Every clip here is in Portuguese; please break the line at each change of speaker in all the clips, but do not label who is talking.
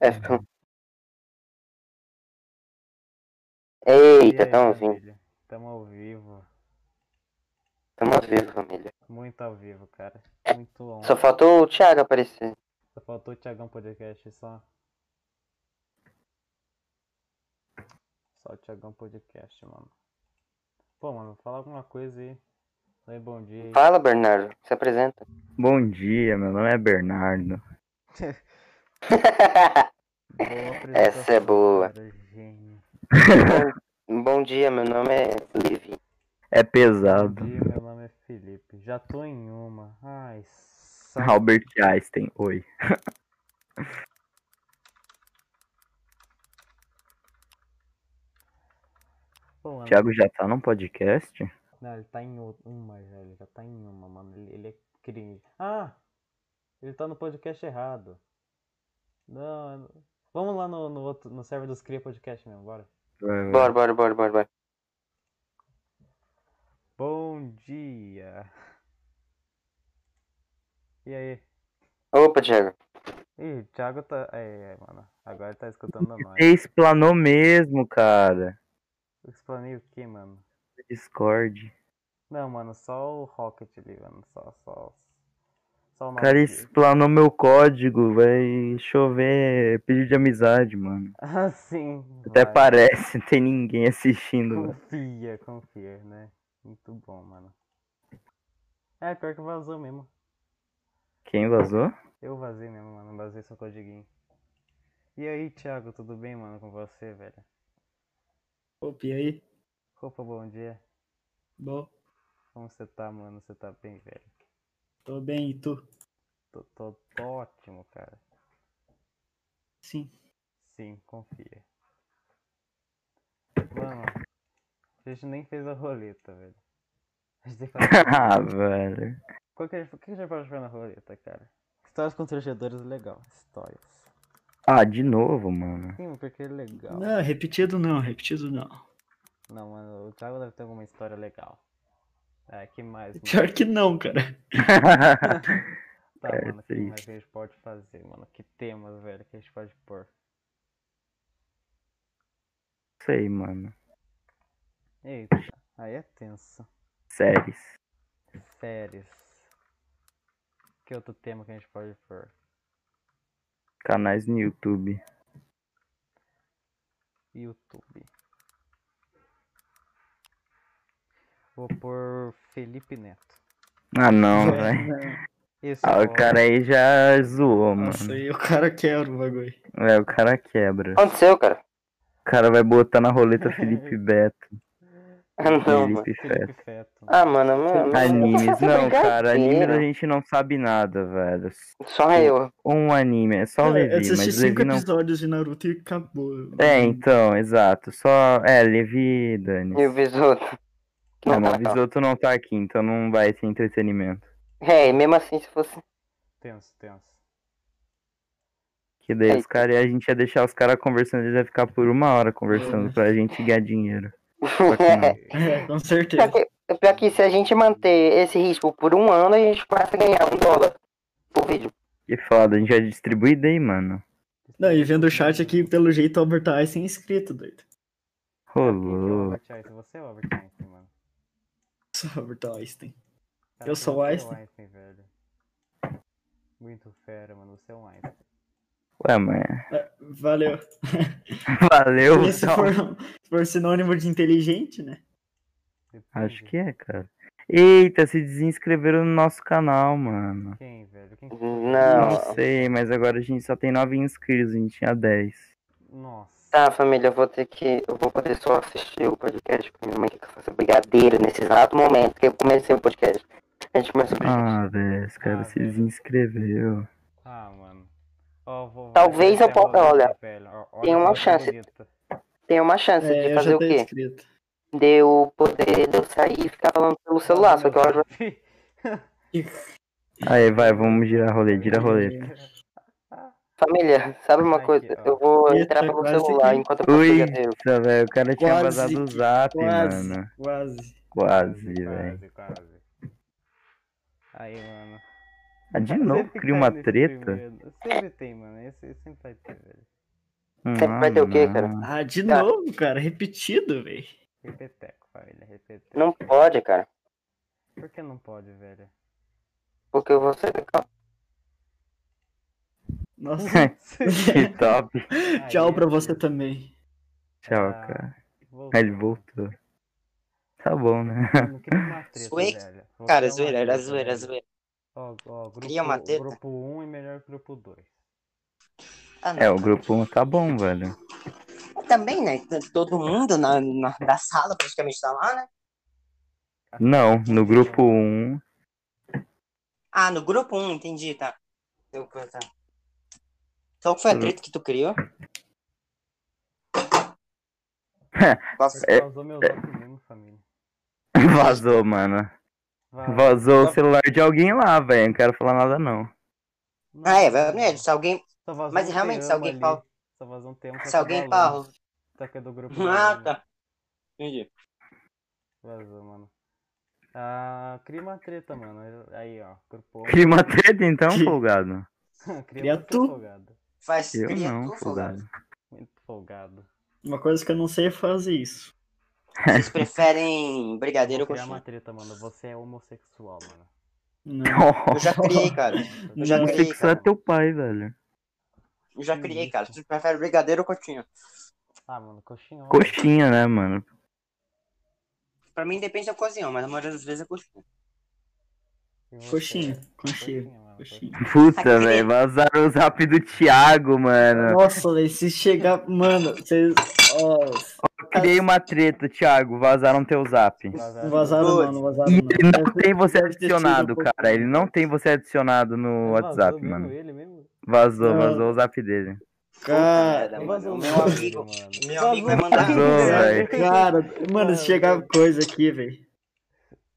É.
É.
Eita, tamo ao vivo.
família. Tamo ao vivo.
Tamo ao vivo, família.
Muito ao vivo, cara. Muito on.
É,
É.
Só faltou o Thiago aparecer.
Só faltou o Thiagão Podcast só. Só o Thiagão Podcast, mano. Pô, mano, fala alguma coisa aí. Oi, bom dia aí.
Fala, Bernardo. Se apresenta.
Bom dia, meu nome é Bernardo.
Boa
Essa é boa.
apresentação, cara, gênio.
Bom dia, meu nome é Levi.
É
Bom
pesado.
dia, meu nome é Felipe. Já tô em uma. Ai, sabe.
Albert Einstein, oi.
Pô, mano,
Thiago já tá num podcast?
Não, ele tá em o- uma já, ele já tá em uma, mano. Ele, ele é cringe. Ah! Ele tá no podcast errado. Não, eu não- vamos lá no, no, outro, no server dos Cria Podcast mesmo, bora.
Bora, bora, bora, bora, bora.
Bom dia! E aí?
Opa, Thiago.
Ih, o Thiago tá. É, é, mano. Agora ele tá escutando nós.
Você explanou mesmo, cara.
Eu explanei o que, mano?
Discord.
Não, mano, só o Rocket ali, mano. Só, só. Só o
O
nome
cara
dele.
explanou meu código, vai chover pedido de amizade, mano.
Ah, sim.
Até
vai.
parece, não tem ninguém assistindo. mano.
Confia, confia, né? Muito bom, mano. É, pior que vazou mesmo.
Quem vazou?
Eu vazei mesmo, mano. Vazei seu codiguinho. E aí, Thiago, tudo bem, mano, com você, velho?
Opa, e aí?
Opa, bom dia.
Bom,
Como você tá, mano? Você tá bem, velho?
tô bem, e tu?
Tô, tô, tô ótimo, cara.
Sim.
Sim, confia. Mano, a gente nem fez a roleta, velho. A gente tem que fazer-
ah, velho.
Qual que é a gente, o que a gente pode fazer na roleta, cara? Histórias constrangedoras é legal. Histórias.
Ah, de novo, mano.
Sim, porque é legal.
Não, repetido não, repetido não.
Não, mano, o Thiago deve ter alguma história legal. É, que mais, mano?
Pior que não, cara.
Tá,
é
mano, que
triste.
mais que a gente pode fazer, mano? Que temas, velho, que a gente pode pôr?
Sei, mano.
Eita, aí é tenso.
Séries.
Séries. Que outro tema que a gente pode pôr?
Canais no YouTube.
YouTube. Vou pôr Felipe Neto.
Ah, não, velho.
É,
Esse
Ah, o
pode.
cara aí já zoou, mano.
Nossa, aí o cara quebra o bagulho.
É, o cara quebra.
Aconteceu, cara?
O cara vai botar na roleta Felipe Beto.
Ah, Não, mano.
Felipe
Felipe
Feto.
Feto.
Ah, mano, mano.
Animes. Não, cara, anime a
Brincadeira.
gente não é sabe nada, velho.
Só eu.
Um anime, é só o
Cara, eu
Levi,
assisti
mas o Levi
cinco
não.
episódios de Naruto e acabou.
É, então, exato. Só. É, Levi e Dani.
E o Bisoto.
É, mas o Bisoto não tá aqui, então não vai ter entretenimento.
É, e mesmo assim, se fosse.
Tenso, tenso.
Que daí
É,
os caras, a gente ia deixar os caras conversando, eles iam ficar por uma hora
É,
conversando
né?
Tipo assim, pra gente ganhar dinheiro. Só que não.
É, com certeza.
O pior é que se a gente manter esse risco por um ano, a gente começa a ganhar um dólar por vídeo.
Que foda, a gente já distribui daí, mano.
Não, e vendo o chat aqui, pelo jeito, o Albert Einstein é inscrito, doido.
Rolou.
Quem que é o Albert Einstein? Você é o Albert Einstein, mano.
Só Albert Einstein.
Cara,
Eu
você
sou o
é
Einstein.
velho. Muito fera, mano. Você é um Einstein.
Ué, mas.
Valeu.
Valeu,
se,
então.
for, se for sinônimo de inteligente, né?
Acho que é, cara. Eita, se desinscreveram no nosso canal, mano.
Quem, velho? Quem...
Não,
Não.
Ah.
sei, mas agora a gente só tem 9 inscritos, a gente tinha 10.
Nossa.
Tá, família, eu vou ter que. Eu vou poder só assistir o podcast com minha mãe que tá fazendo brigadeiro nesse exato momento que eu comecei o podcast. A gente começou o podcast.
Ah, velho, esse cara
Ah,
se
velho.
desinscreveu.
Ah, mano. Ó, vou- vai,
Talvez
vai
eu
ser a
po-
bonita,
olha,
velho. Ó, olha
tem
que
uma
coisa
chance.
bonita.
Tem uma chance
É,
de
eu
fazer
já
o
tô
quê?
inscrito.
De eu poder de eu sair e ficar falando pelo celular, só que eu acho.
Aí, vai, vamos girar rolê, gira rolê.
Família, sabe uma
Aqui,
coisa?
ó.
Eu vou
Eita,
entrar pelo
quase
celular
que-
enquanto eu faço
Ui,
brigadeiro.
velho, o cara tinha
Quase
vazado o
que-
zap,
Quase,
mano.
quase.
Quase, velho.
Quase, quase. Aí, mano.
Ah, de
Sempre
novo,
cai
cria uma
nesse
treta?
primeiro. Sempre tem, mano. Esse sempre vai ter, velho.
Sempre vai ter o quê,
Ah,
cara?
não.
Ah, de
Cara.
novo, cara. Repetido, velho.
Repeteco, família. Repeteco.
Não pode, cara.
Por que não pode, velho?
Porque eu vou ser legal.
Nossa.
Que top.
Tchau
é
Aí,
pra você também.
Tchau,
Ah,
cara.
voltou.
Aí ele voltou. Tá bom, né?
Mano, cria uma treta,
Zoei-
velho. Vou
Cara,
criar uma
zoeira, era
treta,
zoeira,
velho.
zoeira.
Ó, ó, grupo, um,
Cria uma treta.
Grupo 1 e melhor que grupo 2.
Ah, não.
É, o grupo 1 tá bom, velho.
Também, né? Todo mundo na, na, da sala praticamente tá lá, né?
Não, no grupo 1
Ah, no grupo 1, entendi, tá. Eu, tá. Qual
Hum.
foi a treta que tu criou? Nossa,
Porque causou meu zap mesmo, família.
vazou, mano.
Vai.
Vazou
Tá.
Só-
o celular de alguém lá, velho. Não quero falar nada, não.
Não,
ah, é,
não,
né? Se alguém,
só vazou
mas
um
realmente, se
tema
alguém
ali.
fala-
Só vazou um tema, só
se
que
alguém
do
parou.
aluno, Só que é do grupo.
Ah,
dele.
tá. Entendi.
Vazou, mano. Ah, cria uma treta, mano. Aí, ó. Grupo.
Cria uma treta então,
Que-
folgado.
Cria
tu.
muito folgado.
Faz
Eu
cria
não,
tu,
folgado.
Muito folgado.
Uma coisa que eu não sei é fazer isso.
Vocês preferem brigadeiro
Vou
ou
criar uma
coxinha?
treta, mano. Você é homossexual, mano.
Não.
Eu já criei, cara. Eu já criei,
Homossexual é
cara.
teu pai, velho.
Eu já criei, cara. Vocês preferem brigadeiro ou coxinha?
Ah, mano, coxinha.
Coxinha, né, mano?
Pra mim depende da cozinha, mas a maioria das vezes é coxinha.
E você?
Coxinha, coxinha,
assim, mano.
coxinha.
Puta,
Aquele-
velho. Vazaram o zap do Thiago, mano.
Nossa, velho, se chegar. Mano, vocês. Ó,
Criei uma treta, Thiago. Vazaram teu zap.
assim.
não vazaram não, não vazaram
E
não.
ele não
Deve-
tem você
deve ter sido
adicionado,
um pouco-
cara. Ele não tem você adicionado
Mas
no
vazou
WhatsApp,
mesmo
mano.
Ele mesmo?
Vazou,
Não.
vazou o zap dele.
Cara,
Puta merda,
Não
mano.
vazou
O
mesmo,
meu amigo,
mano.
meu amigo vai
Vazou.
mandar. um
Vazou, velho.
cara, mano, se chegar coisa aqui, velho.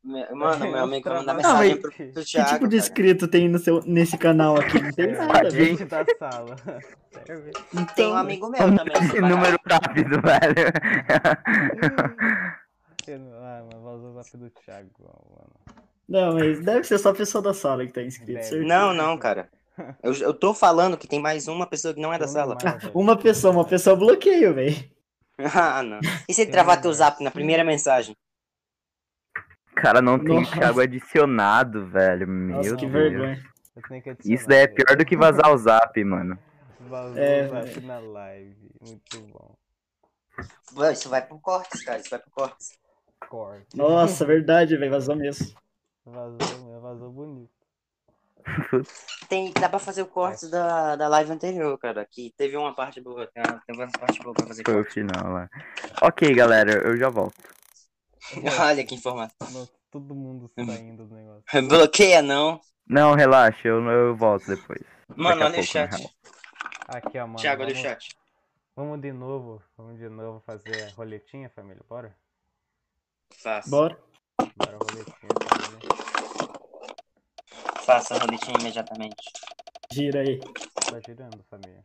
Me- Mano, meu amigo vai mandar
Não,
mensagem
mas
pro, pro
Que
Thiago.
tipo de
cara.
inscrito tem no seu, nesse canal aqui? Não tem
É,
nada, velho.
gente da sala.
Então,
Tem um amigo meu
Vamos
também.
Esse número rápido, velho.
ah, mas vazou o zap do Thiago, mano.
Não, mas deve ser só a pessoa da sala que tá inscrito,
Deve.
certeza.
Não, não, cara. Eu, eu tô falando que tem mais uma pessoa que não é da
Tem um
sala.
mais, velho.
Uma pessoa, uma pessoa bloqueio, velho.
Ah, não. E se ele
Tem
travar
um
teu
mais.
zap na primeira mensagem?
Cara, não tem
Nossa.
Thiago adicionado, velho. Meu
Nossa, que
Deus.
vergonha.
Eu tenho que
Isso daí é
adicionar,
pior do que vazar o zap, mano.
velho. Vazou
É,
o zap na live. Muito bom.
Ué, Isso vai pro cortes, cara. Isso vai pro cortes.
Corte.
Nossa, verdade, velho, vazou mesmo.
Vazou, meu, vazou bonito.
Tem, dá pra fazer o corte da, da live anterior, cara. Que teve uma parte boa. Tem uma, tem uma parte boa pra fazer
Foi o
corte.
final lá. Ok, galera, eu já volto.
Olha que informação.
Nossa, todo mundo saindo do negócio.
Bloqueia não.
Não, relaxa, eu, eu volto depois.
Mano,
Daqui
olha
a
o
pouco, né? na
chat.
real.
Aqui, ó, né? mano.
Thiago, olha o
vamos-
chat.
Vamos de novo, vamos de novo fazer a roletinha, família, bora?
Faça.
Bora.
Bora roletinha, família.
Faça a roletinha imediatamente.
Gira aí.
Tá girando, família.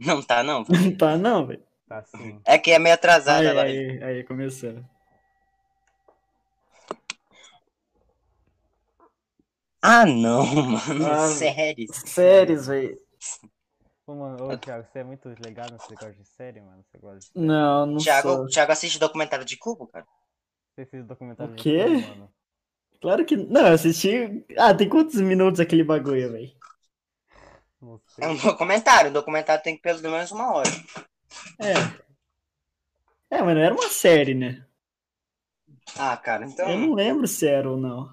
Não tá, não.
Não tá, não, velho.
Tá sim.
É que é meio atrasada
Aí,
a live.
aí, aí, começando.
Ah, não, mano.
Ah.
Sério.
Séries, velho.
Pô, mano, ô, Thiago, você é muito ligado nesse negócio de série, mano. Você gosta de série.
Não, não
Thiago,
sou.
Thiago assiste documentário de cubo, cara.
Você assiste documentário
O
de
quê?
filme, mano.
Claro que. Não, eu assisti. Ah, tem quantos minutos aquele bagulho, velho?
Não sei.
É um documentário. O documentário tem pelo menos uma hora.
É. É, mas não era uma série, né?
Ah, cara,
Eu
então.
não lembro se era ou não.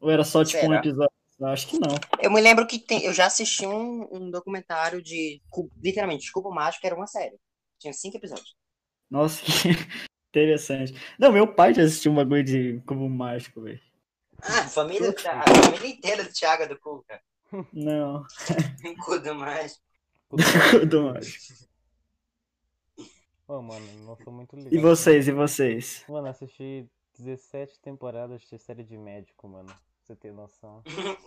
Ou era só tipo um
Será?
episódio? Eu acho que não.
Eu me lembro que tem, eu já assisti um, um documentário de. cubo- Literalmente, de Cubo Mágico, era uma série. Tinha cinco episódios.
Nossa, que interessante. Não, meu pai já assistiu um bagulho de Cubo Mágico, velho.
Ah, a família, do Thiago- a família inteira do Thiago é do cu, cara.
Não,
Cu do mágico.
do Mágico.
Ô, mano, não sou muito ligado.
E vocês, e vocês?
Mano, eu assisti 17 temporadas de série de médico, mano. Pra Você tem noção?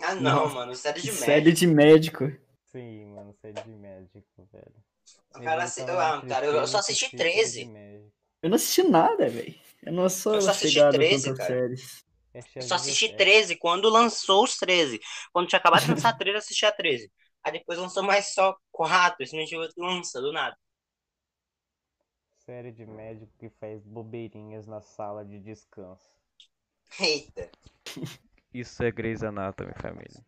Ah, não,
Nossa,
mano. Série de médico.
Série de médico.
Sim, mano, série de médico, velho.
O cara assi- Ah, cara, eu- eu só assisti 13.
Eu não assisti nada, velho. Eu não sou
Eu só assisti
chegado a
13,
tantas
cara.
séries.
é
Eu só assisti 13 quando lançou os 13. Quando tinha acabado de lançar a 13, eu assisti a 13. Aí depois lançou mais só 4, esse mentira lança do nada.
Série de médico que faz bobeirinhas na sala de descanso.
Eita.
Isso é Grey's Anatomy, família.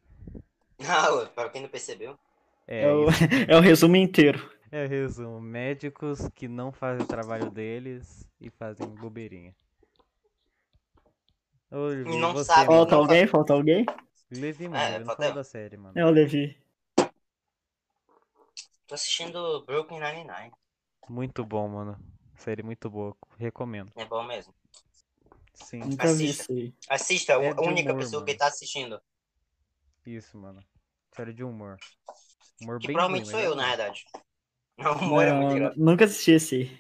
Não, Ah, pra quem não percebeu.
É,
É o, é o resumo inteiro.
é o resumo. Médicos que não fazem o trabalho deles e fazem bobeirinha. Ô, Levi,
não
você,
sabe-
mano.
Falta alguém? Falta alguém?
Levi,
É,
mano, eu não
falta
falo
eu.
da série, mano.
É o Levi.
Tô assistindo Brooklyn Nine-Nine.
Muito bom, mano. Série muito boa. Recomendo.
É bom mesmo.
Sim,
Nunca vi
Assista.
isso aí.
Assista,
É
a
de
única
humor,
pessoa
mano.
que tá assistindo.
isso, mano. Série de humor. Humor
Que
bem
provavelmente sou
ruim, mas é
eu, né?
bom.
na verdade. Não, o humor é muito
Não,
engraçado.
nunca assisti esse aí.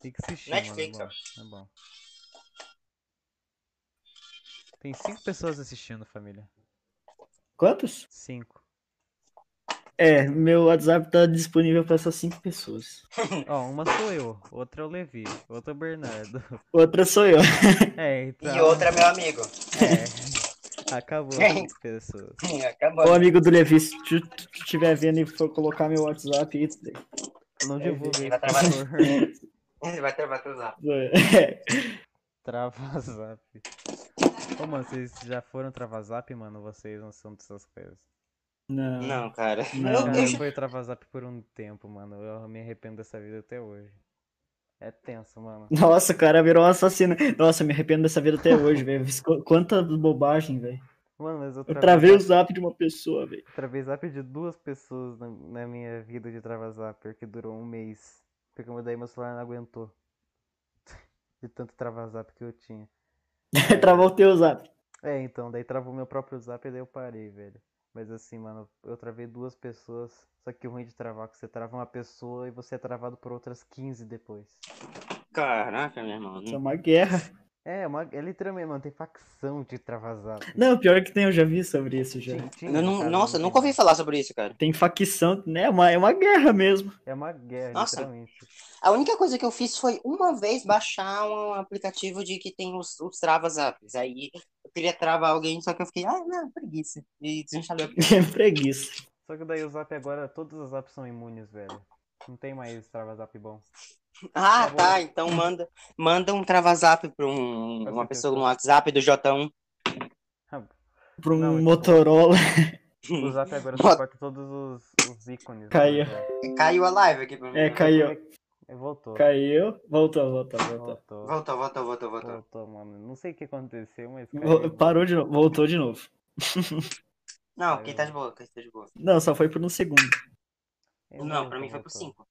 Tem que assistir,
Netflix,
mano. É bom. É bom. Tem cinco pessoas assistindo, família.
Quantos?
Cinco.
É, meu WhatsApp tá disponível pra essas cinco pessoas.
Ó, uma sou eu, outra é o Levi, outra é o Bernardo.
Outra sou eu.
É, então.
E outra é meu amigo.
É. Acabou as cinco pessoas.
Acabou.
O amigo do Levi, se tu tu tiver vendo e for colocar meu WhatsApp, aí tu-
Não
Levi,
divulguei,
vai
por favor.
Ele vai ter vai ter usar.
Trava zap. Ô, mano, vocês já foram trava zap, mano? Vocês não são dessas coisas. Ah.
Não.
Não, cara.
Não,
Eu-
Cara,
eu
eu
já-
fui travazap por um tempo, mano. Eu me arrependo dessa vida até hoje. É tenso, mano.
Nossa, o cara virou um assassino. Nossa, eu me arrependo dessa vida até hoje, velho. Fiz co- Quanta bobagem, velho.
Mano, mas eu
Eu
travei,
travei o
zap-
zap de uma pessoa, velho.
travei zap de duas pessoas na, na minha vida de travazap, porque durou um mês. Porque daí meu celular não aguentou. De tanto travazap que eu tinha.
Travou o teu zap.
É, então, daí travou meu próprio zap e daí eu parei, velho. Mas assim, mano, eu travei duas pessoas. Só que o ruim de travar é que você trava uma pessoa e você é travado por outras 15 depois.
Caraca, meu irmão.
Isso é uma guerra.
É, uma, é literalmente, mano, tem facção de travazap.
Não, pior que tem, eu já vi sobre isso já.
Tinha- tinha,
Eu não,
cara,
nossa,
não
nunca
tem
ouvi falar sobre isso, cara.
Tem facção, né? É uma, é uma guerra mesmo.
mais. É uma guerra,
Nossa.
literalmente.
A única coisa que eu fiz foi uma vez baixar um aplicativo de que tem os, os travas apps. Aí eu queria travar alguém, só que eu fiquei, ah, não, preguiça. E desinstalei. o aplicativo.
É Preguiça.
Só que daí o Zap agora, todas as apps são imunes, velho. Não tem mais travazap bom.
Ah,
Tá bom.
tá, então manda, manda um travazap pra um-
Pra
uma pessoa
essa pessoa.
no WhatsApp do J1.
Ah,
Pra um
Não, então-
Motorola.
O Zap agora suporta todos os, os ícones. né,
Caiu.
velho?
Caiu a live aqui pra mim.
É, caiu.
É, Voltou.
Caiu. Voltou, voltou, voltou.
Voltou.
Voltou, voltou, voltou, voltou.
Voltou, mano. Não sei o que aconteceu, mas.
Vol-
caiu.
Parou de novo. Voltou de novo.
Não, aqui tá de boa, aqui tá de boa.
Não, só foi por um segundo.
Eu
Não,
sei
pra
que
mim foi pro
voltou.
5.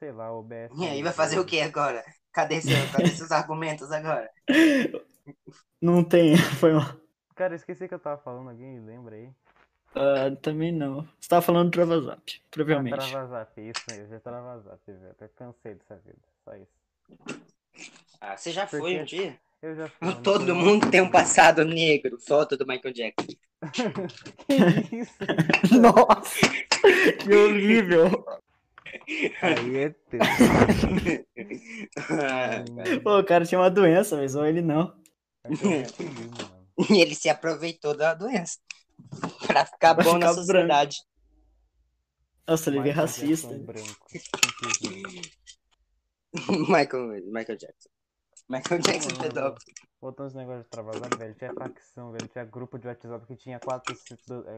Sei lá, o BS.
E aí vai fazer o que agora? Cadê, seu, cadê seus argumentos agora?
Não tem, foi mal.
Cara, eu esqueci que eu tava falando. Alguém lembra aí?
Ah, também não. Você tava falando do Travazap, provavelmente.
Travazap, isso mesmo. É travazap, velho. Eu cansei dessa vida. Só isso.
Ah, você já
Por
foi
quê?
um dia?
Eu já fui. mano,
Todo
foi-
mundo tem um passado negro. Foto do Michael Jackson.
Que isso?
Nossa! Que horrível!
Aí é teu. É. né,
Ah,
Pô, o cara tinha uma doença, mas ou ele não.
Aqui é o meu primo, mano.
e ele se aproveitou da doença. Pra ficar
Vai
bom
ficar
na sociedade.
Nossa, ele é
Michael
racista.
Jackson um branco, simplesmente.
Michael, Michael Jackson. Michael Jackson
Mano,
pedófilo.
Voltando esse negócio de extravasado, velho, tinha facção, velho, tinha grupo de WhatsApp que tinha 4,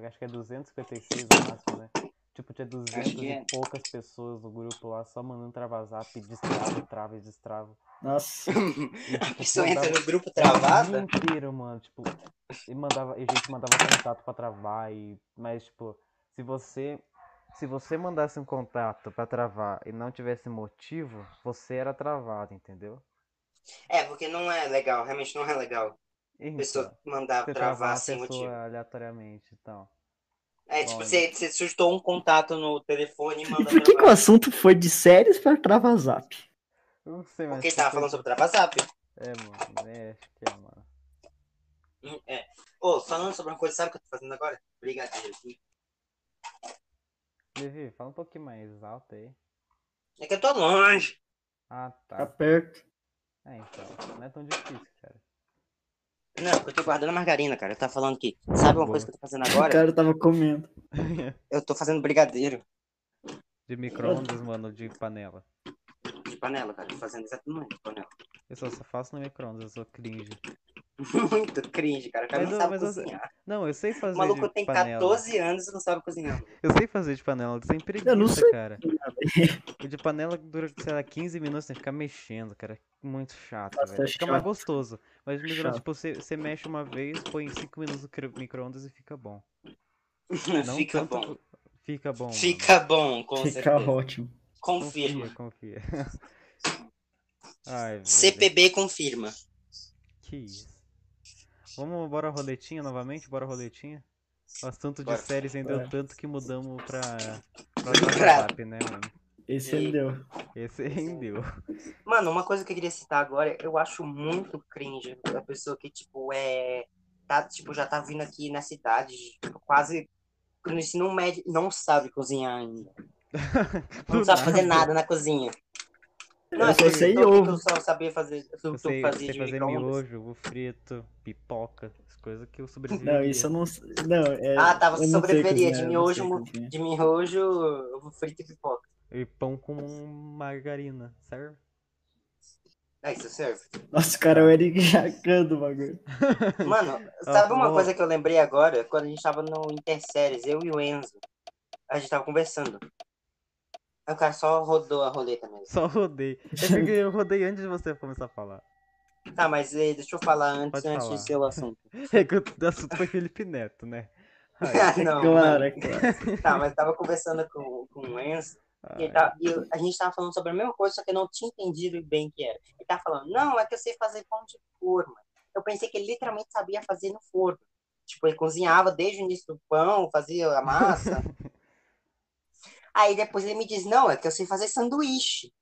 acho que é 256 no máximo, né? Tipo, tinha 200
que é.
e poucas pessoas no grupo lá, só mandando travasar, destrava, trava e destrava.
Nossa.
A pessoa entra no grupo
O dia
travada.
inteiro, mano, tipo, e mandava, e gente mandava contato pra travar e, mas tipo, se você se você mandasse um contato pra travar e não tivesse motivo, você era travado, entendeu?
É, porque não é legal, realmente não é legal. A
Então,
pessoa mandar
você
travar
travar a
sem
pessoa
motivo.
aleatoriamente, então.
É, tipo,
Olha.
você, você surtou um contato no telefone e
E
manda
por que, que o
travar.
assunto foi de séries pra travazap?
Eu não sei, mas.
Porque
tipo,
tava tá falando sobre travazap.
É, mano, é, acho que é, mano.
Hum, É. Ô, falando sobre uma coisa, sabe o que eu tô fazendo agora? Brigadeiro.
Levi, fala um pouquinho mais alto aí.
É que eu tô longe.
Ah,
Tá
tá.
perto.
É, então. Não é tão difícil, cara.
Não, é porque eu tô guardando a margarina, cara. Eu tava falando que. Sabe uma
Boa.
coisa que eu tô fazendo
O
agora?
cara tava comendo.
Eu tô fazendo brigadeiro
De micro-ondas, mano, de panela.
de panela, cara. Tô fazendo exatamente de panela.
Eu só, só faço no micro-ondas, eu sou cringe.
Muito cringe, cara. O cara
Mas
não
eu-
sabe
mas eu-
cozinhar.
Não, eu sei
O
fazer
maluco
de
tem
panela.
14 anos e não sabe cozinhar.
Eu sei fazer de panela, sem preguiça,
sei.
cara.
Tá
O de panela dura, sei lá, 15 minutos, tem que ficar mexendo, cara. Muito chato,
Nossa,
velho.
é
Fica mais
chato.
gostoso. Mas o micro-ondas,
Chato.
tipo, você, você mexe uma vez, põe 5 minutos no cri- micro-ondas e fica bom. Não
Fica
tanto-
bom.
Fica bom. mano.
Fica bom, com
Fica
certeza.
ótimo.
Confirma.
Confia, confia. Ai, velho.
CPB confirma.
Que isso. Vamos, bora roletinha novamente? Bora roletinha? O assunto de
Bora.
séries rendeu
Bora.
tanto que mudamos pra. pra
Pra-
WhatsApp, né, mano?
Esse ele deu.
Esse rendeu.
Mano, uma coisa que eu queria citar agora, eu acho muito cringe a pessoa que, tipo, é. Tá, tipo, já tá vindo aqui na cidade, tipo, quase no ensino médio, não sabe cozinhar ainda. Não
Do
sabe fazer
nada.
nada na cozinha. então,
Eu só
que-
sei
que eu- que Eu
ovo.
só sabia fazer. que
Eu
Eu
sei,
fazia
sei
de
fazer
micro-ondas.
miojo, ovo frito, pipoca, as coisas que eu sobrevivi.
Não, isso eu não. Não, é.
Ah, tá, você
eu não sei
sobreviveria
cozinhar,
de
eu não
miojo,
sei
mu-
cozinhar.
de miojo, ovo frito e pipoca.
E pão com margarina, serve?
É isso, serve.
Nossa, o cara é o Eric Jacan do bagulho.
Mano,
Ah,
sabe uma
boa.
coisa que eu lembrei agora? Quando a gente tava no Interséries, eu e o Enzo, a gente tava conversando. Aí o cara só rodou a roleta mesmo.
Só rodei. É porque eu rodei antes de você começar a falar.
Tá, mas eh, deixa eu falar antes,
Pode
antes
falar.
do seu assunto.
É que o assunto foi Felipe Neto, né?
Ah, não,
claro, é claro.
mano. Tá, mas eu tava conversando com, com o Enzo e, ele tava- e eu- a gente tava falando sobre a mesma coisa, só que eu não tinha entendido bem o que era. Ele tava falando, não, é que eu sei fazer pão de forma. Eu pensei que ele literalmente sabia fazer no forno. Tipo, ele cozinhava desde o início do pão, fazia a massa. Aí depois ele me diz, não, é que eu sei fazer sanduíche.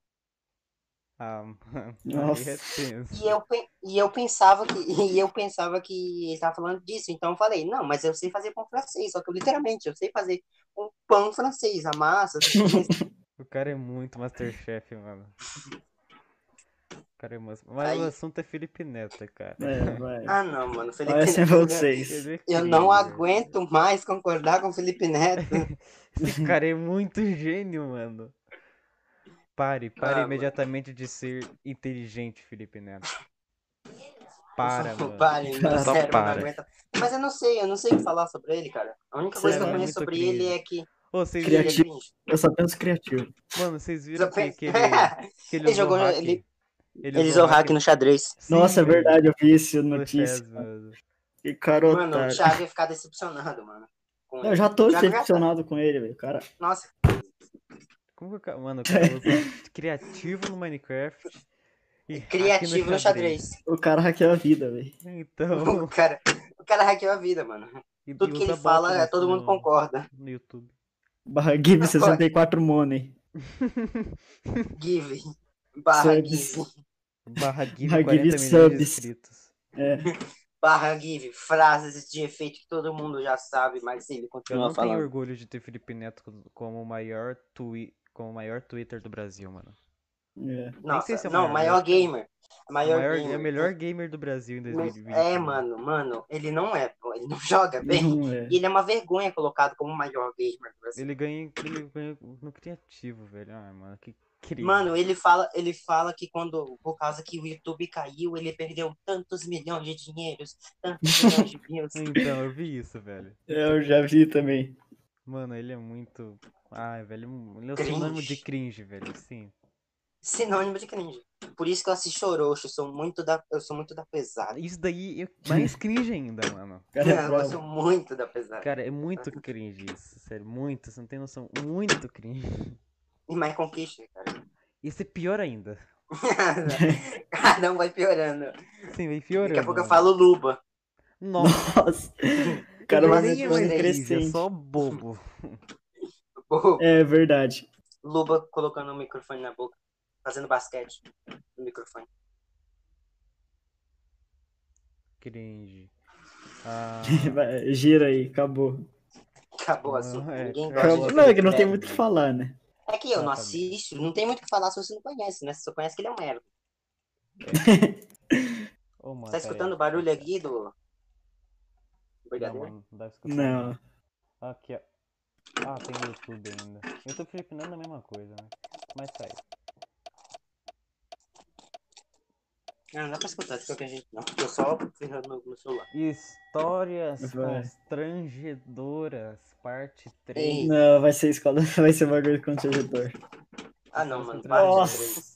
Ah, mano,
Nossa.
aí é tenso.
E eu, pe- e eu pensava que e eu pensava que ele estava falando disso, então eu falei, não, mas eu sei fazer pão francês, só que eu, literalmente eu sei fazer um pão francês, a massa. assim,
O cara é muito Masterchef, mano. O cara é mas... Mas o
Aí-
assunto é Felipe Neto, cara.
É, vai.
ah, não, mano, Felipe
Parece
Neto,
vocês.
Ele é
Eu
incrível.
não aguento mais concordar com o Felipe Neto.
Esse cara é muito gênio, mano. Pare, pare
mano.
imediatamente de ser inteligente, Felipe Neto. Para, mano.
Pare, mano,
Só
sério, eu não
para.
aguento. Mas eu não sei, eu não sei o que falar sobre ele, cara. A única
Você
coisa que
é
eu conheço
muito
sobre
cringe.
ele é que
Ô, vocês
ele é
viram,
Criativo.
cringe.
Eu só penso criativo.
mano, vocês viram
Só
que,
pe-
que ele, é que ele
Ele
usou
jogou-
hack?
ele-
Ele
Ele usou hack no xadrez.
Sim,
Nossa, é
velho,
verdade, eu vi isso
no
notícia.
chess, mano.
Que cara
Mano, o
otário.
Thiago ia ficar decepcionado, mano. com
Eu
ele.
já tô
Já- já-
decepcionado com ele, velho. Cara,
Nossa,
Como que o cara... Mano, o cara usa criativo no Minecraft e hack
criativo no xadrez.
o cara hackeou a vida, velho.
Então,
O cara, o cara hackeou a vida, mano.
e- e
Tudo que
usa
ele
bot
fala, é,
no-
todo mundo
no-
concorda.
No YouTube.
Barra Give 64 Money.
Give. Barra
Subs.
give.
Barra Gui
Barra
40
Gui
milhões de
subs.
inscritos.
É.
Barra give. Frases de efeito que todo mundo já sabe, mas ele
Eu
continua
não tenho
falando.
orgulho de ter Felipe Neto co- como o maior, twi como o maior Twitter do Brasil, mano.
É.
Nossa,
sei se é o
não,
maior,
maior
né?
gamer. Maior,
maior-
gamer.
é o melhor gamer do Brasil em
Mas-
2020.
É, mano, mano, ele não é, pô, ele não joga bem.
Não é.
E ele é uma vergonha colocado como o maior gamer do Brasil.
Ele ganha, ele ganha no criativo, velho. Ai, mano, que cringe.
Mano, ele fala, ele fala que quando, por causa que o YouTube caiu, ele perdeu tantos milhões de dinheiros, tantos milhões de views.
Então, eu vi isso, velho.
Eu já vi também.
Mano, ele é muito. Ai, velho, ele é o
Cringe.
sinônimo de cringe, velho. Sim.
Sinônimo de cringe. Por isso que eu assisto Orochi, eu sou muito da, eu sou muito da pesada.
Isso daí é mais cringe ainda, mano.
O Cara, é
Eu
bravo.
gosto muito da pesada.
Cara, é muito cringe isso, sério. Muito, você não tem noção. Muito cringe.
E mais conquista, cara.
Isso é pior ainda.
Cada um vai piorando.
Sim, vai piorando. né?
Daqui a pouco eu
mano.
falo Luba.
Nossa,
um
Nossa. O cara vai
nem é
ficando
mais
é
crescente.
só bobo.
Pô,
É verdade.
Luba colocando o microfone na boca, fazendo basquete no microfone.
Cringe. Ah,
Vai, Gira aí, acabou.
Acabou o
Não,
assunto.
é,
Ninguém
acabou
gosta
o
de
Não, é que não tem
Felipe
muito o que falar, né?
Neto. É que eu não
Exatamente.
assisto, não tem muito o que falar se você não conhece, né? Se você conhece que ele é um merda.
ô, mano,
Tá
pera aí.
escutando o barulho aqui do.
Não,
Brigadeiro?
mano, não dá pra escutar.
Não.
Aqui, ó. Ah, tem no YouTube ainda. Eu tô flipinando a mesma coisa, né? Mas sai.
Ah, Não, não dá pra escutar é de qualquer jeito, não. Eu só ferrando no, no celular.
Histórias
Vai.
constrangedoras, parte
Ei.
3.
Não, vai ser escola, vai ser bagulho com o constrangedor.
Ah, não, mano. para de
Nossa.
ver.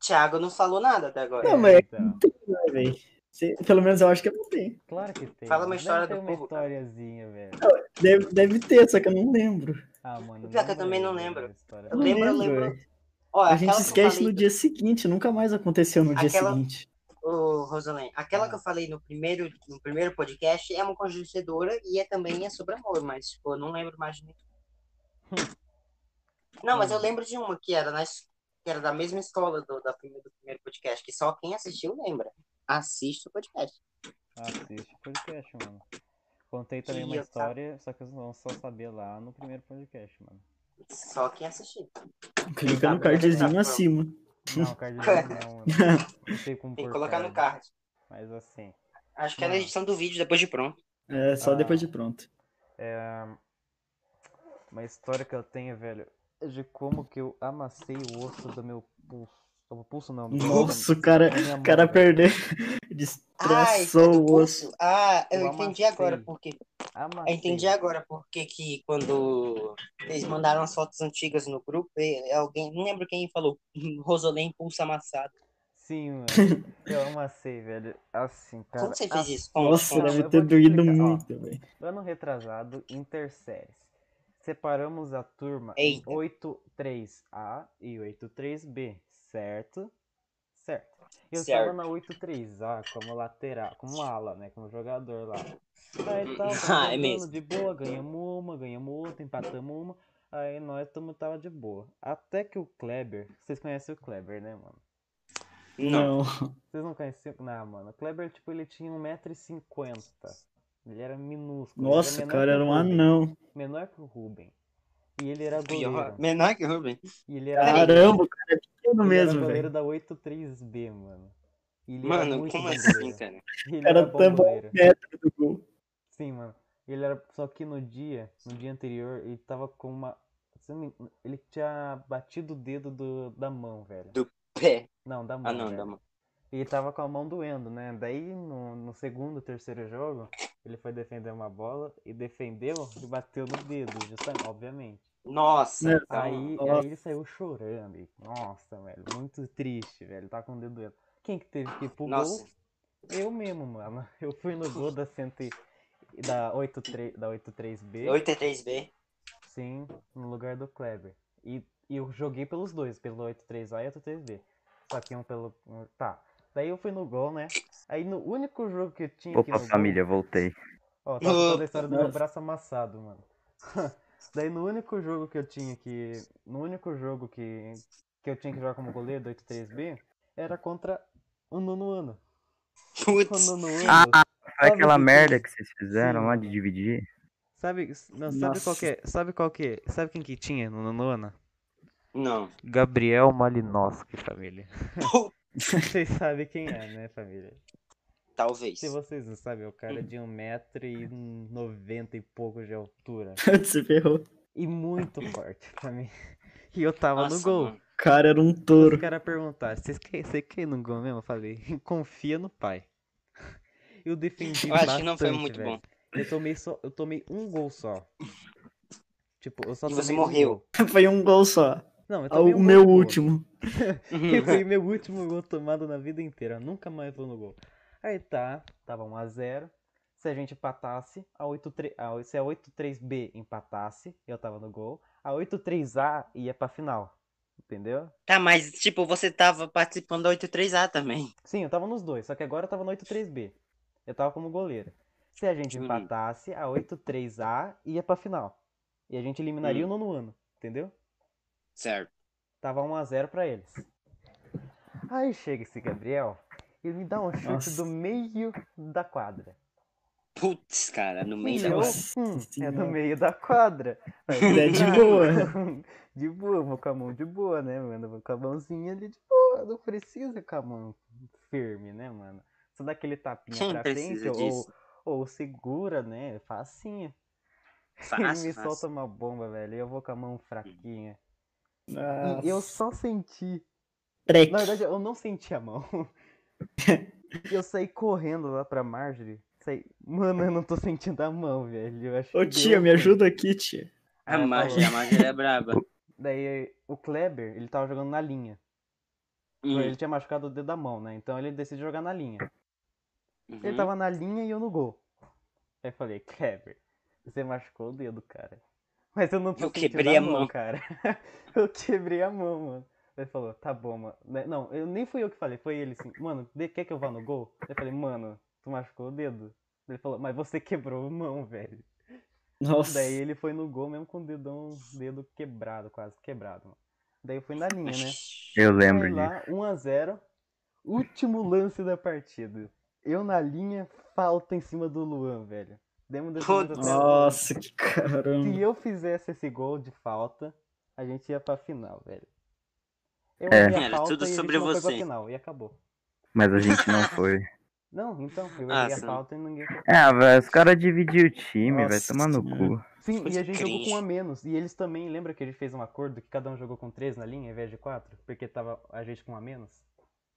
Thiago não falou nada até agora.
Não, mas- é
Então,
Vai, véi. Se- Pelo menos eu acho que eu não tenho.
claro que tem.
Fala uma
Deve
história
ter
do
uma
povo, cara.
historiazinha, velho.
Deve, deve ter, só que eu não lembro.
Ah, mano.
Pior que eu também não
aí, velho,
lembro.
a história.
Eu
Não
lembro, eu
lembro,
lembro. Olha,
A gente
aquela que eu
esquece
falei
no
do-
dia seguinte, nunca mais aconteceu no dia
Aquela-
seguinte.
Ô, Rosalém, aquela
Ah.
que eu falei no primeiro, no primeiro podcast é uma constrangedora e é também é sobre amor, mas tipo, eu não lembro mais de nenhum. Não, mas eu
Hum.
lembro de uma que era, na, es- que era da mesma escola do, da prime- do primeiro podcast, que só quem assistiu lembra. Assiste o podcast.
Assiste o Ah, podcast, mano. Contei também
E
uma
eu tava-
história, só que vocês vão só saber lá no primeiro podcast, mano.
Só quem assistiu.
Clica no
Tá, beleza,
cardzinho
tá,
acima.
Não, cardiozinho não, mano. Não sei como
Tem que
pôr
colocar no card.
Mas assim.
Acho que era a
Mano.
edição do vídeo depois de pronto.
É, só
Ah.
depois de pronto.
Uma história que eu tenho, velho, é de como que eu amassei o osso do meu pulso. Do meu pulso não. do meu-
Nossa, o cara,
da minha
o
mão,
cara
velho.
perdeu.
Ah, isso é
Destraçou
do
o osso.
pulso. Ah, eu
Eu
entendi
amassei.
agora por quê. Eu
Amassei.
entendi agora porque que quando eles mandaram as fotos antigas no grupo, e alguém, não lembro quem falou, Rosolém pulso amassado.
Sim, mano. Eu amassei, velho. Assim, cara.
Como você fez isso? Conte,
Nossa,
conte.
não,
deve
eu
ter
vou te
doído
explicar, ó.
muito, velho.
Ano retrasado, interséries. Separamos a turma em
Eita.
83A e 83B, certo? Certo. Eu
Certo.
estava na 83A como lateral, como ala, né? Como jogador lá. Aí tava
Ah, é
jogando
mesmo.
de boa, ganhamos uma, ganhamos outra, empatamos uma. Aí nós tamo tava de boa. Até que o Kleber, vocês conhecem o Kleber, né, mano?
Não.
Não.
Vocês não conheciam? Não, mano. O Kleber, tipo, ele tinha 1,50m. Ele era minúsculo. ele
Nossa, o
menor
cara
que o
era um
Rubem
anão.
menor que o Ruben. E ele era
Pior,
goleiro.
menor que o Ruben.
E ele era, ele
Caramba, o cara é pequeno
era
mesmo,
goleiro
velho.
da 83B, mano. E ele era
Mano,
muito
como
bom
assim,
goleiro.
cara?
E ele
Cara,
era bom
tá bom.
goleiro.
Metro do gol.
Sim, mano. Ele era. Só que no dia, no dia anterior, ele tava com uma. se eu não me engano, Ele tinha batido o dedo do, da mão, velho.
Do- Pé.
Não, da mão.
Ah, não,
velho.
dá uma.
E ele tava com a mão doendo, né? Daí no, no segundo, terceiro jogo, ele foi defender uma bola e defendeu e bateu no dedo, justamente, obviamente.
Nossa,
Não,
tá bom.
Aí,
Nossa.
aí ele saiu chorando. e, Nossa, velho. Muito triste, velho. Tá com o dedo doendo. Quem que teve que ir pro
Nossa.
gol? Eu mesmo, mano. Eu fui no gol da 100 e- da 83, da 83B.
83B.
Sim, no lugar do Kleber. E, e eu joguei pelos dois, pelo 83A e 83B. Só que um pelo. um- Tá. Daí eu fui no gol, né? Aí no único jogo que eu tinha aqui
Opa,
no gol-
família, voltei.
Ó, tava falando
Nossa.
a história do meu braço amassado, mano. Daí no único jogo que eu tinha que. No único jogo que, que eu tinha que jogar como goleiro do 83B era contra o nono ano. O
Putz.
nono ano.
Ah, Foi
Sabe
aquela
o que
merda
tem?
que vocês fizeram
Sim,
lá
mano.
de dividir?
Sabe, não, sabe qual
Nossa.
que é? Sabe qual que é? Sabe quem que tinha no nono ano?
Não.
Gabriel Malinowski, família. Vocês sabem quem é, né, família?
Talvez.
Se vocês não sabem, o cara é de 1,90m e pouco de altura.
Você ferrou.
E muito forte pra mim. E eu tava no
Nossa,
gol.
mano.
O cara era um
Os
touro.
caras perguntaram, vocês querem, você quer ir no gol mesmo? Eu falei, confia no pai. Eu defendi
Eu acho que não foi
bastante,
muito
velho.
bom.
Eu tomei, só, eu tomei um gol só. Tipo, eu só
E você
tomei um
morreu.
gol.
Foi um gol só.
Não, eu
O
tomei um gol
meu
no gol.
último.
E foi meu último gol tomado na vida inteira. eu Nunca mais vou no gol. Aí tá, tava 1x0. Se a gente empatasse, a 83, a, se a 83B empatasse, eu tava no gol. A 83A ia pra final. Entendeu?
Tá, mas tipo, você tava participando da 83A também.
Sim, eu tava nos dois, só que agora eu tava no 83B. Eu tava como goleiro. Se a gente
Hum.
empatasse, a 83A ia pra final. E a gente eliminaria o nono ano, entendeu?
Certo.
Tava 1x0 pra eles. Aí chega esse Gabriel e me dá um chute
Nossa.
do meio da quadra.
Putz, cara, no meio
E
da
eu,
roça.
Nossa
hum, é
Senhora.
no meio da quadra. Mas,
É de boa.
de boa, vou com a mão de boa, né, mano? Vou com a mãozinha ali de boa. Não precisa com a mão firme, né, mano? Só dá aquele tapinha
Quem
pra frente
precisa
ou,
disso?
ou segura, né? Facinha. Ele
Fácil,
me
fácil.
solta uma bomba, velho. e Eu vou com a mão fraquinha.
Nossa.
E eu só senti
Trek.
na verdade, eu não senti a mão. eu saí correndo lá pra Marjorie. Saí, mano, eu não tô sentindo a mão, velho. Eu acho
Ô
que
tia,
deu,
me
mano."
ajuda aqui, tia.
A
Ela
magia,
falou.
a magia é braba.
Daí o Kleber, ele tava jogando na linha.
Uhum,
Ele tinha machucado o dedo da mão, né? Então ele decide jogar na linha.
uhum.
Ele tava na linha e eu no gol. Aí eu falei, Kleber, você machucou o dedo, cara. Mas eu não tô
Eu
sentindo
quebrei a
mão,
mão.
cara. eu quebrei a mão, mano. Ele falou, tá bom, mano. Né, Não, eu, nem fui eu que falei, foi ele assim, mano, de- quer que eu vá no gol? Eu falei, mano, tu machucou o dedo. Ele falou, mas você quebrou a mão, velho.
Nossa.
Daí né? ele foi no gol mesmo com o dedão, dedo quebrado, quase quebrado, mano. Daí eu fui na linha, né?
Eu lembro
Foi
disso.
lá, 1x0. Último lance da partida. Eu na linha, falta em cima do Luan, velho. Demos defesa
Putz.
até a
Nossa, que
bola.
caramba.
Se eu fizesse esse gol de falta, a gente ia pra final, velho. Eu
É.
errei a
Era
falta
tudo
e a gente
sobre
não foi pra
você.
final, e acabou.
Mas a gente não foi.
Não, então, eu
Ah,
errei a
sim.
falta e ninguém foi.
Ah, velho, os caras dividiram o time, vai
Nossa
tomar no
Senhora.
cu.
Sim, e
Coisa
a gente jogou com um
cringe.
a menos. E eles também, lembra que a gente fez um acordo que cada um jogou com 3 na linha, ao invés de 4? Porque tava a gente com um a menos?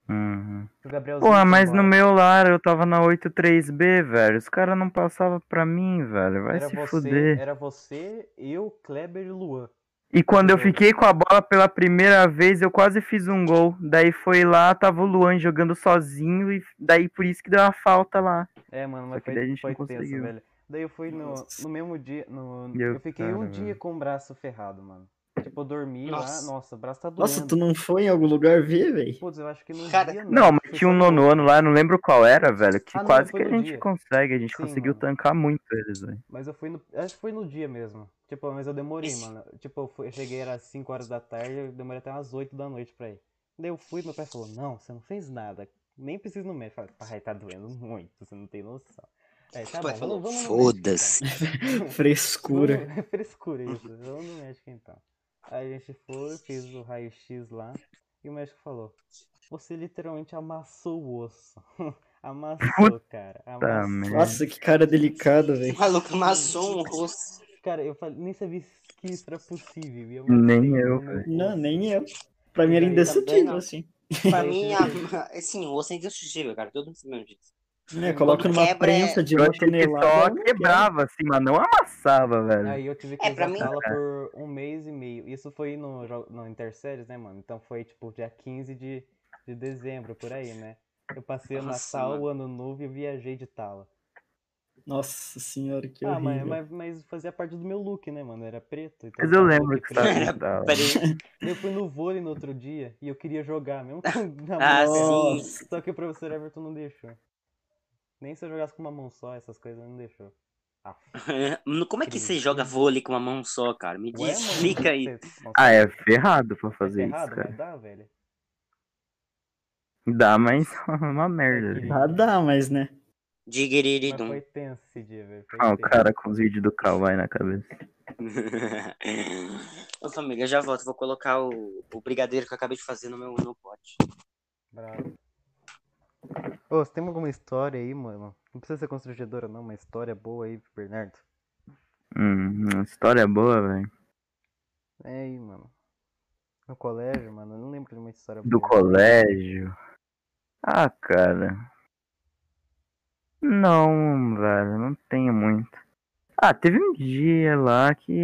Uhum.
O Gabrielzinho
Porra,
foi
mas no
embora.
meu lar eu tava na 83B, velho. Os caras não passavam pra mim, velho. Vai
era
se
você, né?
fuder.
Era você, eu, Kleber e Luan.
E quando eu
Entendeu?
fiquei com a bola pela primeira vez, eu quase fiz um gol. Daí foi lá, tava o Luan jogando sozinho, e daí por isso que deu uma falta lá.
É, mano,
Só
mas
que daí a
foi,
gente
foi
não
tenso,
conseguiu.
velho. Daí eu fui no,
Nossa.
no mesmo dia. No,
E
eu,
eu-
fiquei um
cara,
dia
velho.
com o braço ferrado, mano. Tipo, eu dormi
Nossa.
lá, nossa, o braço tá doendo.
Nossa, tu não foi em algum lugar ver, velho?
Putz, eu acho que não
Cara-
dia não.
Não,
foi
mas tinha
só
um
no outro.
nono ano lá, eu não lembro qual era, velho. Que
Ah, não,
quase
foi
que a
no
gente
dia.
conseguiu, a gente
Sim,
conseguiu
mano.
tancar muito eles, velho.
Mas eu fui no. Acho que foi no dia mesmo. Tipo, mas eu demorei,
Esse-
mano. Tipo, eu, fui- eu cheguei, era 5 horas da tarde, eu demorei até umas 8 da noite pra ir. Daí eu fui, meu pai falou, não, você não fez nada. Nem precisa ir no médico. Eu falei, pai, tá doendo muito, você não tem noção. Aí, tá
O pai
bom,
falou,
vamos- vamos no médico, então."
foda-se.
Frescura.
Vamos- É frescura isso. Vamos no médico então. Aí a gente foi, fez o raio-x lá. E o médico falou: Você literalmente amassou o osso. amassou, cara. Amassou.
merda.
Nossa, que cara delicado, velho.
O maluco amassou um rosto.
Cara, eu falei, nem sabia que isso era possível. e eu
Nem
amassei
eu,
o meu
velho.
Não,
osso.
nem eu. Pra mim era
E aí, tá
indestrutível,
vendo?
assim.
Pra
Aí,
mim,
eu-
a- assim, o osso é indestrutível, cara. Todo mundo sabe mesmo disso.
Né, coloca numa
Quebra-
é.
prensa de
Eu
uma
acho que
tonelada.
só
ela não
quebrava, assim, mas não amassava, velho.
Aí eu tive que
É, pra
usar
mim-
sala por um mês e meio. Isso foi no, jo- no Interséries, né, mano? Então foi tipo dia 15 de, de dezembro, por aí, né? Eu passei o
Nossa,
Natal,
mano.
o Ano Novo e eu viajei de tala.
quer. Nossa senhora, que
ah, mas,
horrível.
mas, mas fazia parte do meu look, né, mano? Era preto. Então
Mas eu
tava
lembro
look
que tava.
preto.
tava.
Peraí.
Eu fui no vôlei no outro dia e eu queria jogar, mesmo com na
Ah,
mão,
sim.
Nossa.
Só que o professor Everton não deixou. Nem se eu jogasse com uma mão só, essas coisas ele não deixou. Ah,
Como é que você joga vôlei com uma mão só, cara? Me
ué,
diz,
mano,
explica aí.
você- nossa,
Ah, é ferrado pra fazer
errado,
isso, cara.
mas dá, velho.
Dá, mas é uma merda. velho.
Ah, dá, mas né?
Mas
Digeridum.
foi tenso esse dia, velho. foi
Ah, o
tenso.
cara com os vídeos do Kawaii na cabeça.
Ô, família, eu já volto. Vou colocar o, o brigadeiro que eu acabei de fazer no meu no pote.
Bravo. Ô, você tem alguma história aí, mano? Não precisa ser constrangedora, não. Uma história boa aí, Bernardo.
Hum, uma história boa, velho.
É aí, mano. No colégio, mano. Eu não lembro de uma história
Do
boa.
colégio. Ah, cara. Não, velho, não tenho muito. Ah, teve um dia lá que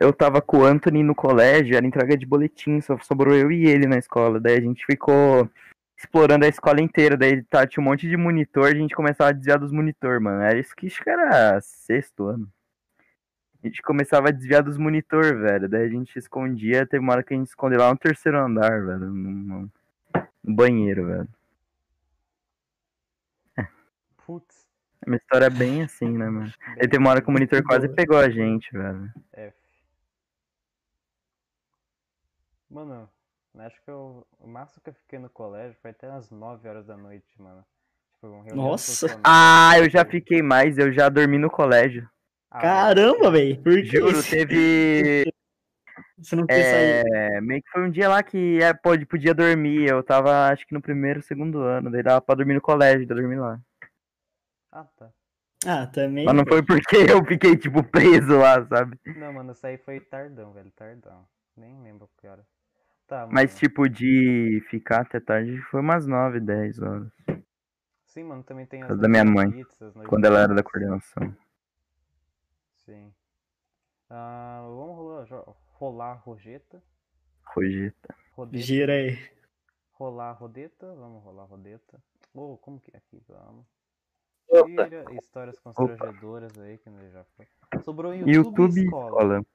eu tava com o Anthony no colégio, era entrega de boletim, só sobrou eu e ele na escola. Daí a gente ficou explorando a escola inteira, daí tá, tinha um monte de monitor, a gente começava a desviar dos monitor, mano. Era isso que acho que era sexto ano. A gente começava a desviar dos monitor, velho. Daí a gente escondia, teve uma hora que a gente escondeu lá no terceiro andar, velho, no, no banheiro, velho.
Putz,
É uma história bem assim, né, mano? Aí tem uma hora que o monitor quase pegou a gente, velho.
F. Mano, acho que eu, o máximo que eu fiquei no colégio foi até às 9 horas da noite, mano. Tipo, uma reunião
Nossa.
funcional.
Ah, eu já fiquei mais, eu já dormi no colégio.
Ah,
Caramba, velho. Por que
Juro,
isso?
teve.
Você não quer sair.
É, meio que foi um dia lá que é, pode, podia dormir. Eu tava, acho que no primeiro, segundo ano. Daí dava pra dormir no colégio, daí eu dormi lá.
Ah, tá.
Ah, também.
Mas não foi porque eu fiquei, tipo, preso lá, sabe?
Não, mano, isso aí foi tardão, velho, tardão. Nem lembro que hora. Tá, mano.
Mas, tipo, de ficar até tarde foi umas 9, 10 horas.
Sim, mano, também tem as
Casa da minha
noites
mãe,
pizzas, noites
Quando ela era da
pizzas.
coordenação.
Sim. Ah, vamos rolar, jo- rolar a rojeta.
Rogeta.
Rodeta.
Gira aí.
Rolar a rodeta. Vamos rolar a rodeta. Ou como que é aqui? Vamos.
Opa.
Tira histórias constrangedoras aí que nós já foi. Sobrou YouTube,
YouTube
e
e
escola.
escola.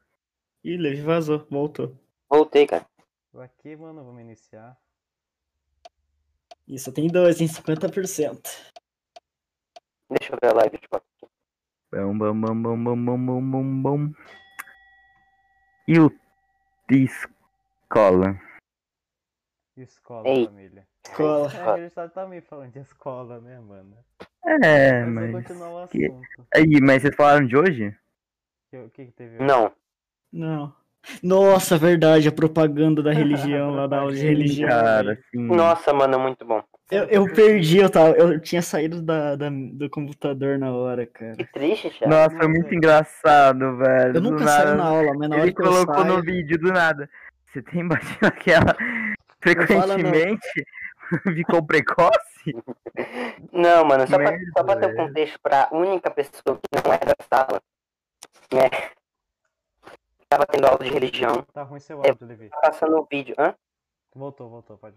Ih, Levi vazou. Voltou.
Voltei, cara.
Aqui, mano, vamos iniciar.
Ih, só tem dois, hein? 50%.
Deixa eu ver a live de volta.
Bom, bom, bom, bom, bom, bom, bom, bom, bom. E o de escola?
Escola,
Ei.
família.
Escola.
É, a gente tá também falando de escola, né, mano?
É,
Mas eu
mas.
continuar o
que-
assunto.
Aí, mas vocês falaram de hoje?
Que- O que, que teve hoje?
Não.
Não. Nossa, verdade, a propaganda da religião lá da aula de religião.
Cara, assim.
Hum.
Nossa, mano, é muito bom.
Eu, eu perdi, eu, tava, eu tinha saído da, da- do computador na hora, cara.
Que triste, Thiago.
Nossa, foi muito engraçado, velho.
Eu
Do
nunca
nada,
saio na aula, mas na hora
Ele
que eu saio...
colocou no vídeo do nada. Você tem batido aquela
fala, não.
frequentemente? Ficou precoce?
Não, mano, só pra,
Merda,
só pra ter o
velho.
contexto pra única pessoa que não é da sala, né? Tava tendo aula de religião,
Tá ruim seu áudio, Levi.
tá passando o vídeo. Hã?
Voltou, voltou, pode.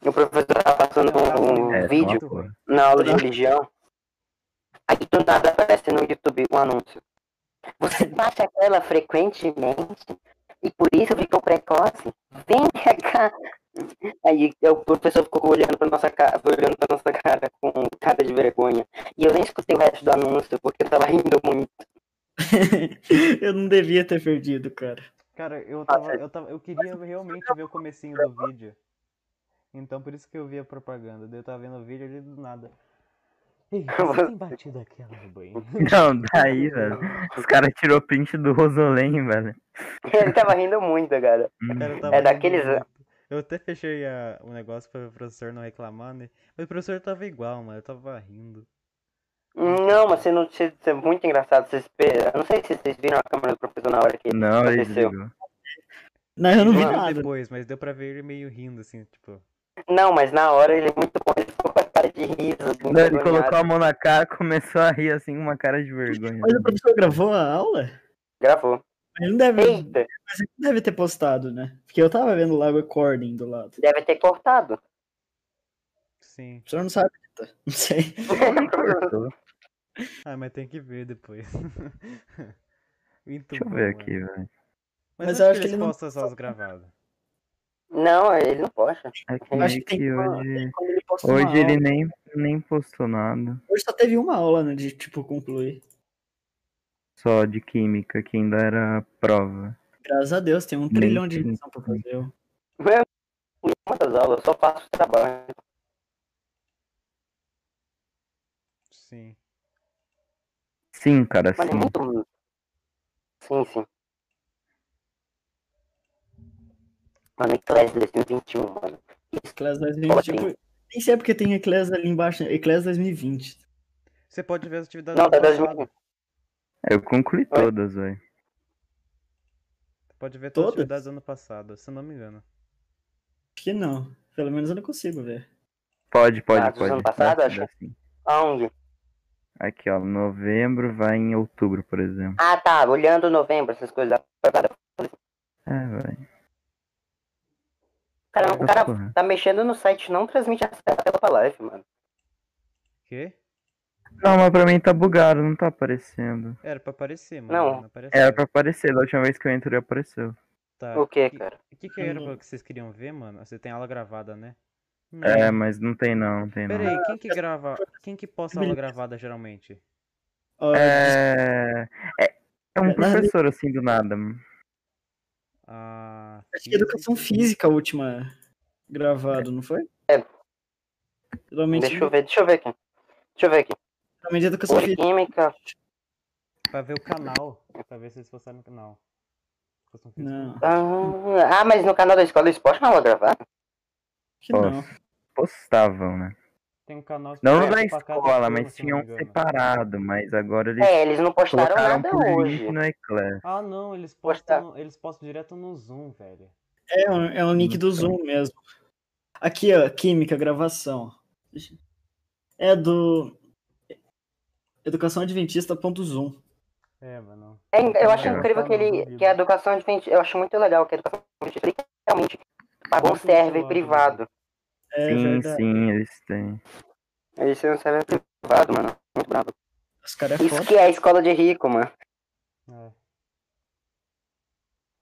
Tá
O professor tava passando um, um
É,
vídeo
tá uma porra.
na aula de religião. Aí do nada aparece no YouTube um anúncio. Você baixa aquela frequentemente e por isso ficou precoce. Vem pra cá. Aí o professor ficou olhando pra nossa cara, olhando pra nossa cara com cara de vergonha. E eu nem escutei o resto do anúncio porque eu tava rindo muito.
eu não devia ter perdido, cara.
Cara,
Ah,
eu
é.
tava, eu tava, eu queria realmente ver o comecinho do vídeo. Então por isso que eu vi a propaganda. Daí eu tava vendo o vídeo ali do nada. Ei, você tem batido aquela no banheiro?
Não, daí, velho. Os caras tirou print do Rosolém, velho.
Ele tava rindo muito, cara.
O cara tava
É
rindo
daqueles-
muito. Eu até fechei a- o negócio pra o professor não reclamar, né? Mas o professor tava igual, mano. Eu tava rindo.
Não, mas você não você, você é muito engraçado. Você espera. Eu não sei se vocês viram a câmera do professor na hora que
Não, ele
aconteceu.
desligou.
Não, eu não vi
Ele viu
nada.
Tipo, depois, mas deu pra ver ele meio rindo, assim, tipo.
Não, mas na hora ele é muito bom, ele ficou com a cara de riso. assim,
Não, ele
envergonhado.
colocou a mão na cara, começou a rir assim, com uma cara de vergonha.
Mas o professor gravou a aula?
Gravou.
Ele não deve,
Eita,
mas ele não deve ter postado, né? Porque eu tava vendo lá o recording do lado.
deve ter cortado.
Sim.
O senhor não sabe, tá? não sei.
Cortou.
Ah, mas tem que ver depois. Muito
Deixa eu
bom,
ver
mano.
aqui, velho.
Mas,
Mas
eu acho que ele
não-
posta só os gravados.
Não, ele não posta.
Aqui
acho que
que,
tem que falar.
hoje,
Quando ele postou uma
hoje ele
aula.
nem, nem postou nada.
Hoje só teve uma aula, né? De, tipo, concluir.
Só de química, que ainda era prova.
Graças a Deus, tem um trilhão de lição pra fazer.
Em muitas aulas, eu só faço trabalho.
Sim.
Sim, cara,
Mas é
sim.
muito ruim. Sim, sim.
é um,
Mano, e Class 2021, mano.
Eclés 2020. eu fui- tipo, Nem sei porque tem Eclés ali embaixo. né? Eclés 2020.
Você pode ver as atividades
Não,
do
tá
passado.
2020.
Eu concluí todas, velho.
Você pode ver todas as
Todas?
atividades do ano passado, se eu não me engano.
Acho que não. Pelo menos eu não consigo ver.
Pode, pode,
Ah, dos
pode.
ano passado,
Dá-
acho.
dá sim.
Aonde?
Aqui, ó. Novembro vai em outubro, por exemplo.
Ah, tá. Olhando novembro, essas coisas.
É, velho.
Cara, o cara
Porra.
tá mexendo no site, não transmite a tela pra live, mano.
Quê?
Não, mas pra mim tá bugado, não tá aparecendo.
Era pra aparecer, mano.
Não.
apareceu.
Era pra aparecer, da última vez que eu entrei apareceu.
Tá.
O
É.
que,
que-
cara?
O que, que
Hum.
era pra- que vocês queriam ver, mano? Você tem aula gravada, né?
É,
Hum.
mas não tem não, não tem
Pera
não.
aí, quem que grava. Quem que posta aula gravada geralmente?
Ó,
É... é- É um
Na- na-
professor, assim, do nada. mano.
Ah.
Acho
é
que educação física a última gravado, não foi?
É.
Geralmente,
Deixa eu ver, deixa eu ver aqui. Deixa eu ver aqui.
geralmente educação
Hoje,
física.
química.
Pra ver o canal. Pra ver se eles postaram no canal. Educação física.
Não, acho
Ah, ah, mas no canal da escola do esporte não é vou gravar?
que não.
Postavam, né?
Tem um canal
Não
específico
na
pra cada
escola,
turma,
mas um
se eu não
tinham
me engano.
separado, mas agora eles
É, eles não postaram
colocaram
nada
por link
hoje.
no Eclair.
Ah, não, eles
Postar.
postam, eles postam direto no Zoom, velho.
É, um- é um link do Zoom mesmo. Aqui, ó, química, gravação. É do educação adventista.zoom.
É, mano.
É, eu acho
Não,
incrível
tá,
que,
não,
ele,
duvido.
que a educação adventista. Eu acho muito legal que a educação adventista ele realmente pagou um
Muito
server
legal,
privado.
É
sim,
verdade.
sim, eles têm.
Eles têm um server privado, mano. Muito bravo.
Os caras é
Isso
foda.
que é a escola de rico, mano.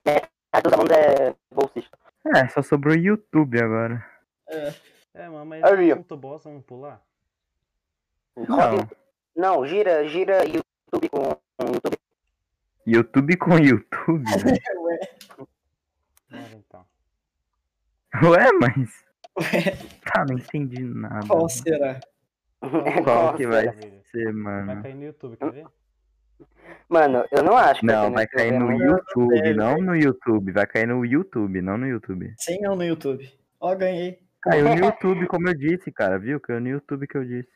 É.
A dos alunos é bolsista.
É, só sobrou o YouTube agora.
É, mano, mas
Aí, ó.
muito bosta, vamos pular?
Não,
Não, gira, gira YouTube com com YouTube.
YouTube com YouTube, velho.
Bora então.
Ué, mas... Tá, não entendi nada.
Qual será?
Qual que vai
Nossa, velho.
ser,
Vai
mano?
cair no YouTube, quer ver?
Mano, eu não acho que
Não,
esse
vai cair no
programa-
é
YouTube, não no YouTube. Vai cair no YouTube, não no YouTube.
Sem eu no YouTube. Ó, ganhei.
Caiu no YouTube, como eu disse, cara, viu? Caiu no YouTube que eu disse.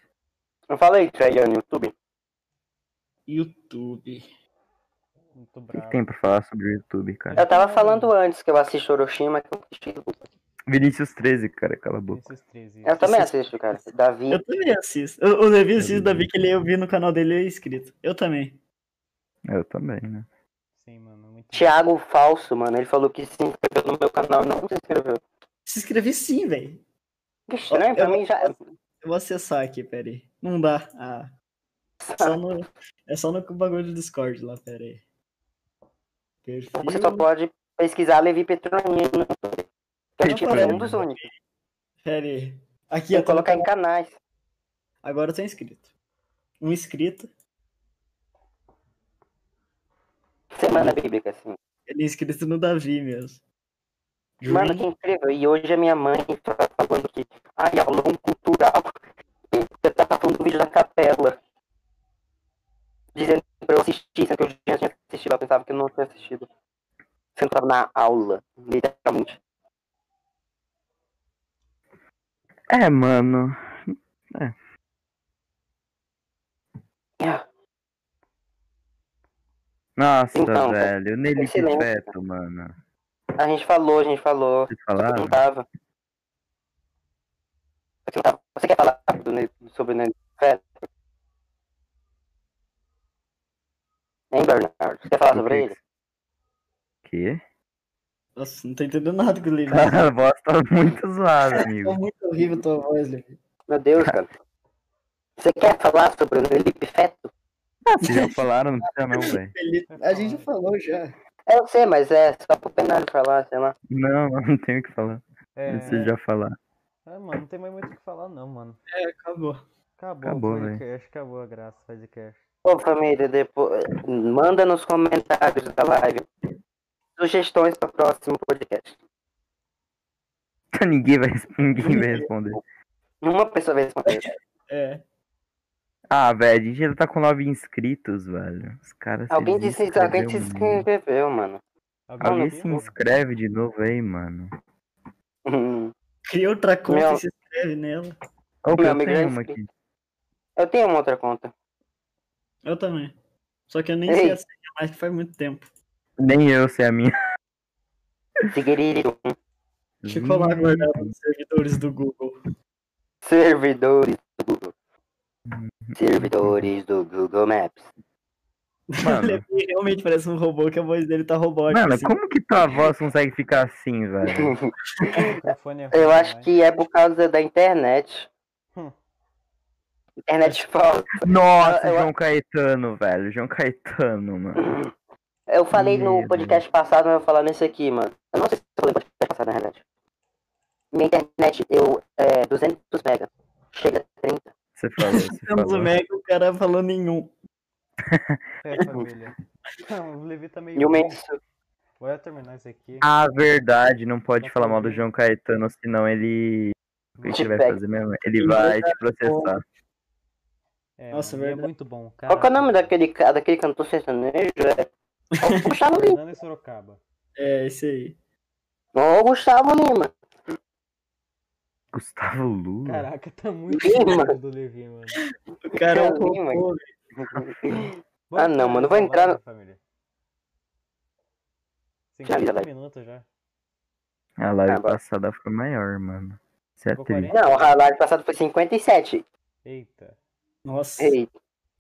Não falei que é no YouTube.
YouTube.
Muito
O que que
bravo.
tem pra falar sobre o YouTube, cara?
Eu tava falando antes que eu assisto Orochima, que eu assisti.
Vinícius 13, cara, cala a boca.
Esses três. aí.
Eu também assisto, cara. Davi.
Eu também assisto. Eu, eu devia assistir o Davi, que ele, eu vi no canal dele, ele é inscrito. Eu também.
Eu também, né?
Sim, mano, muito
Thiago Falso, mano. Ele falou que se inscreveu no meu canal e não se inscreveu.
Se inscrevi sim, velho.
Que estranho, pra mim já.
Eu vou acessar aqui, peraí. Não dá. Ah, só no- é só no bagulho do Discord lá, peraí. Perfil.
Você só pode pesquisar Levi Petroni no YouTube. Que acho que ele é um
Petroni.
dos únicos.
Peraí. Aqui,
Tem
eu
que
tô no
colocar
canal.
em canais.
Agora eu tô inscrito. Um inscrito.
Semana bíblica, assim.
Ele é inscrito no Davi mesmo.
Mano, que incrível. E hoje a minha mãe tá falando que. Ai, aulão cultural. Você tá falando do vídeo da capela. Dizendo pra eu assistir, sendo que eu já tinha assistido. Ela pensava que eu não tinha assistido. Você não tava na aula, literalmente.
É, mano. É. Nossa,
Então,
velho. O Nelly
excelente.
Feto, mano.
A gente falou, a gente falou.
Vocês
Você não
falaram?
tava. Você não tava. Você quer falar do Ne- sobre o Nenê Fé? Hein, Bernardo? Você quer falar
O
sobre
que
ele?
que-
Nossa, não tô entendendo nada que o
Que?
Levi.
A voz tá muito zoada,
Tá
amigo.
muito horrível tua voz, Levi.
Meu Deus, cara. Você quer falar sobre o Felipe Feto?
Vocês já falaram, não precisa não, velho.
Ele- A gente já falou já.
É, eu sei, mas é só pro Bernardo falar, sei lá.
Não, não tenho o que falar.
É,
Vocês já falaram.
é, mano, não tem mais muito o que falar, não, mano.
É, acabou.
Acabou,
Acabou,
o
velho.
podcast, acabou a graça, faz é. de cash.
Ô, família, depois... manda nos comentários da live sugestões para o próximo podcast.
Ninguém vai, ninguém vai responder.
Uma pessoa vai responder.
É.
Ah, velho, a gente ainda tá com nove inscritos, velho. Os caras. se
Alguém, disse, alguém se
desinscreveu, mano.
inscreveu, mano.
Alguém
Alguém
se inscreve de novo aí, mano.
Cria outra conta
Meu-
e se inscreve nela.
Opa,
Meu
eu
amigo
tenho
é
uma
inscrito.
aqui.
Eu tenho uma outra conta.
Eu também. Só que eu nem
Ei.
sei a senha mais, que faz muito tempo.
Nem eu sei a minha.
Tigiririrum.
Ficou lá guardado nos servidores do Google.
Servidores do Google.
Uhum.
Servidores do Google Maps.
Mano.
Ele realmente parece um robô, que a voz dele tá robótica.
Mano,
assim.
como que tua voz consegue ficar assim, velho?
O microfone é ruim,
Uhum.
Eu acho
vai.
que é por causa da internet.
Hum.
Internet falta.
Nossa,
Eu- eu-
João Caetano, velho. João Caetano, mano.
Eu falei no
Medo.
podcast passado, mas eu vou falar nesse aqui, mano. Eu não sei se eu falei no podcast passado, na realidade. Minha internet deu é, 200 mega. Chega a 30.
Você falou, você
Temos o
falou.
Mega, o cara um. falou nenhum.
É, família. Não, o Levi tá meio.
E o
ruim.
Mendes
Vai terminar isso aqui.
Ah,
A Ah, verdade, não pode falar mal do João Caetano, senão ele. O que
Te
ele vai
pega.
fazer mesmo? Ele vai te processar.
É,
Nossa,
mano, e é
verdade.
muito bom.
Qual que é o
caraca.
nome daquele, ca- daquele cantor sertanejo? É... o Gustavo Lima.
Fernando e Sorocaba.
É, esse aí.
Ô, Gustavo Lima.
Gustavo Lula.
Caraca, tá muito
Ih,
longe
mano.
do Levi, mano.
O cara é um
Carlinhos,
robô,
Vamos
Ah, não,
terminar
mano, eu vou
essa
entrar
live, família.
Já,
50
já vai.
minutos já.
A live
Agora.
passada foi maior, mano. Você é
Ficou 40?
triste.
Não, a live passada foi 57.
Eita.
Nossa,
Ei,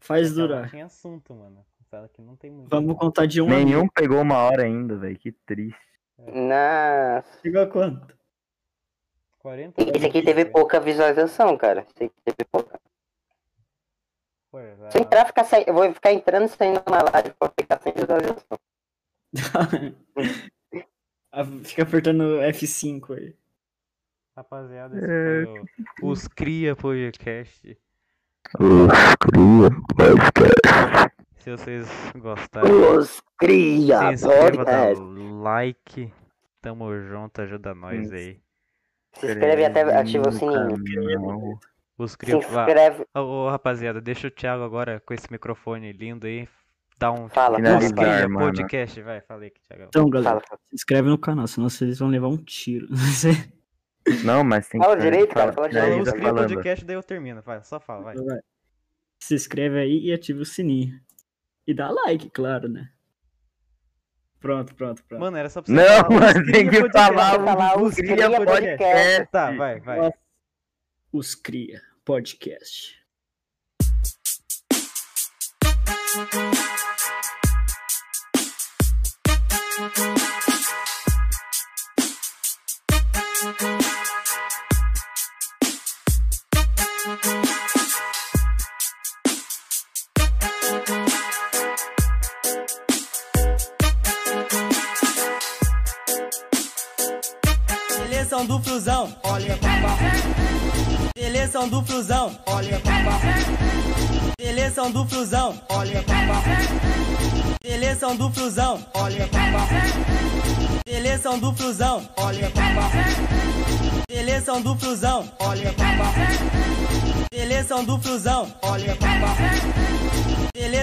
faz
essa
durar.
não Tem assunto, mano. Fala que não tem muito.
Vamos contar de um a mil.
Nenhum pegou uma hora ainda, velho. Que triste.
nossa.
Chegou a quanto?
40
Esse aqui teve pouca visualização, cara. Esse aqui teve pouca.
Ué, vai
Se eu
lá.
entrar, ficar sa... eu vou ficar entrando e saindo na live pra ficar sem visualização.
Ah, Fica apertando F5 aí.
Rapaziada, esse foi o... Os Cria Podcast. Se vocês gostaram,
Os
se
cria
inscreva, dá
podcast.
like. Tamo junto, ajuda nós
Isso.
aí.
Se inscreve e até ativa o
No
sininho.
canal.
Os
Se
Cria. vá.
inscreve.
Ô, ô, rapaziada, deixa o Thiago agora com esse microfone lindo aí. Dá um.
Fala,
Os
Finalizar,
Cria
mano.
Podcast, vai, falei que Thiago.
Então,
fala,
galera,
fala.
se inscreve no canal, senão vocês vão levar um tiro.
Não, mas tem que.
Fala direito, cara, fala
Daí
Fala
direito.
os
tá
Cria
falando.
Podcast, daí eu termino. Vai, só fala, Ah, vai.
se inscreve aí e ativa o sininho. E dá like, claro, né? Pronto, pronto, pronto.
Mano, era só pra você
Não,
falar,
mas
"Os
tem
Cria
que
Podcast".
falar
falar
o
os Cria
Cria Podcast.
Tá, vai, vai.
Os Cria Podcast.
Seleção do flusão, olha papá. Seleção do flusão, olha papá. Seleção do flusão, olha papá. Seleção do flusão, olha papá. Seleção do flusão, olha papá. Seleção do flusão, olha papá. Seleção do flusão, olha papá. Seleção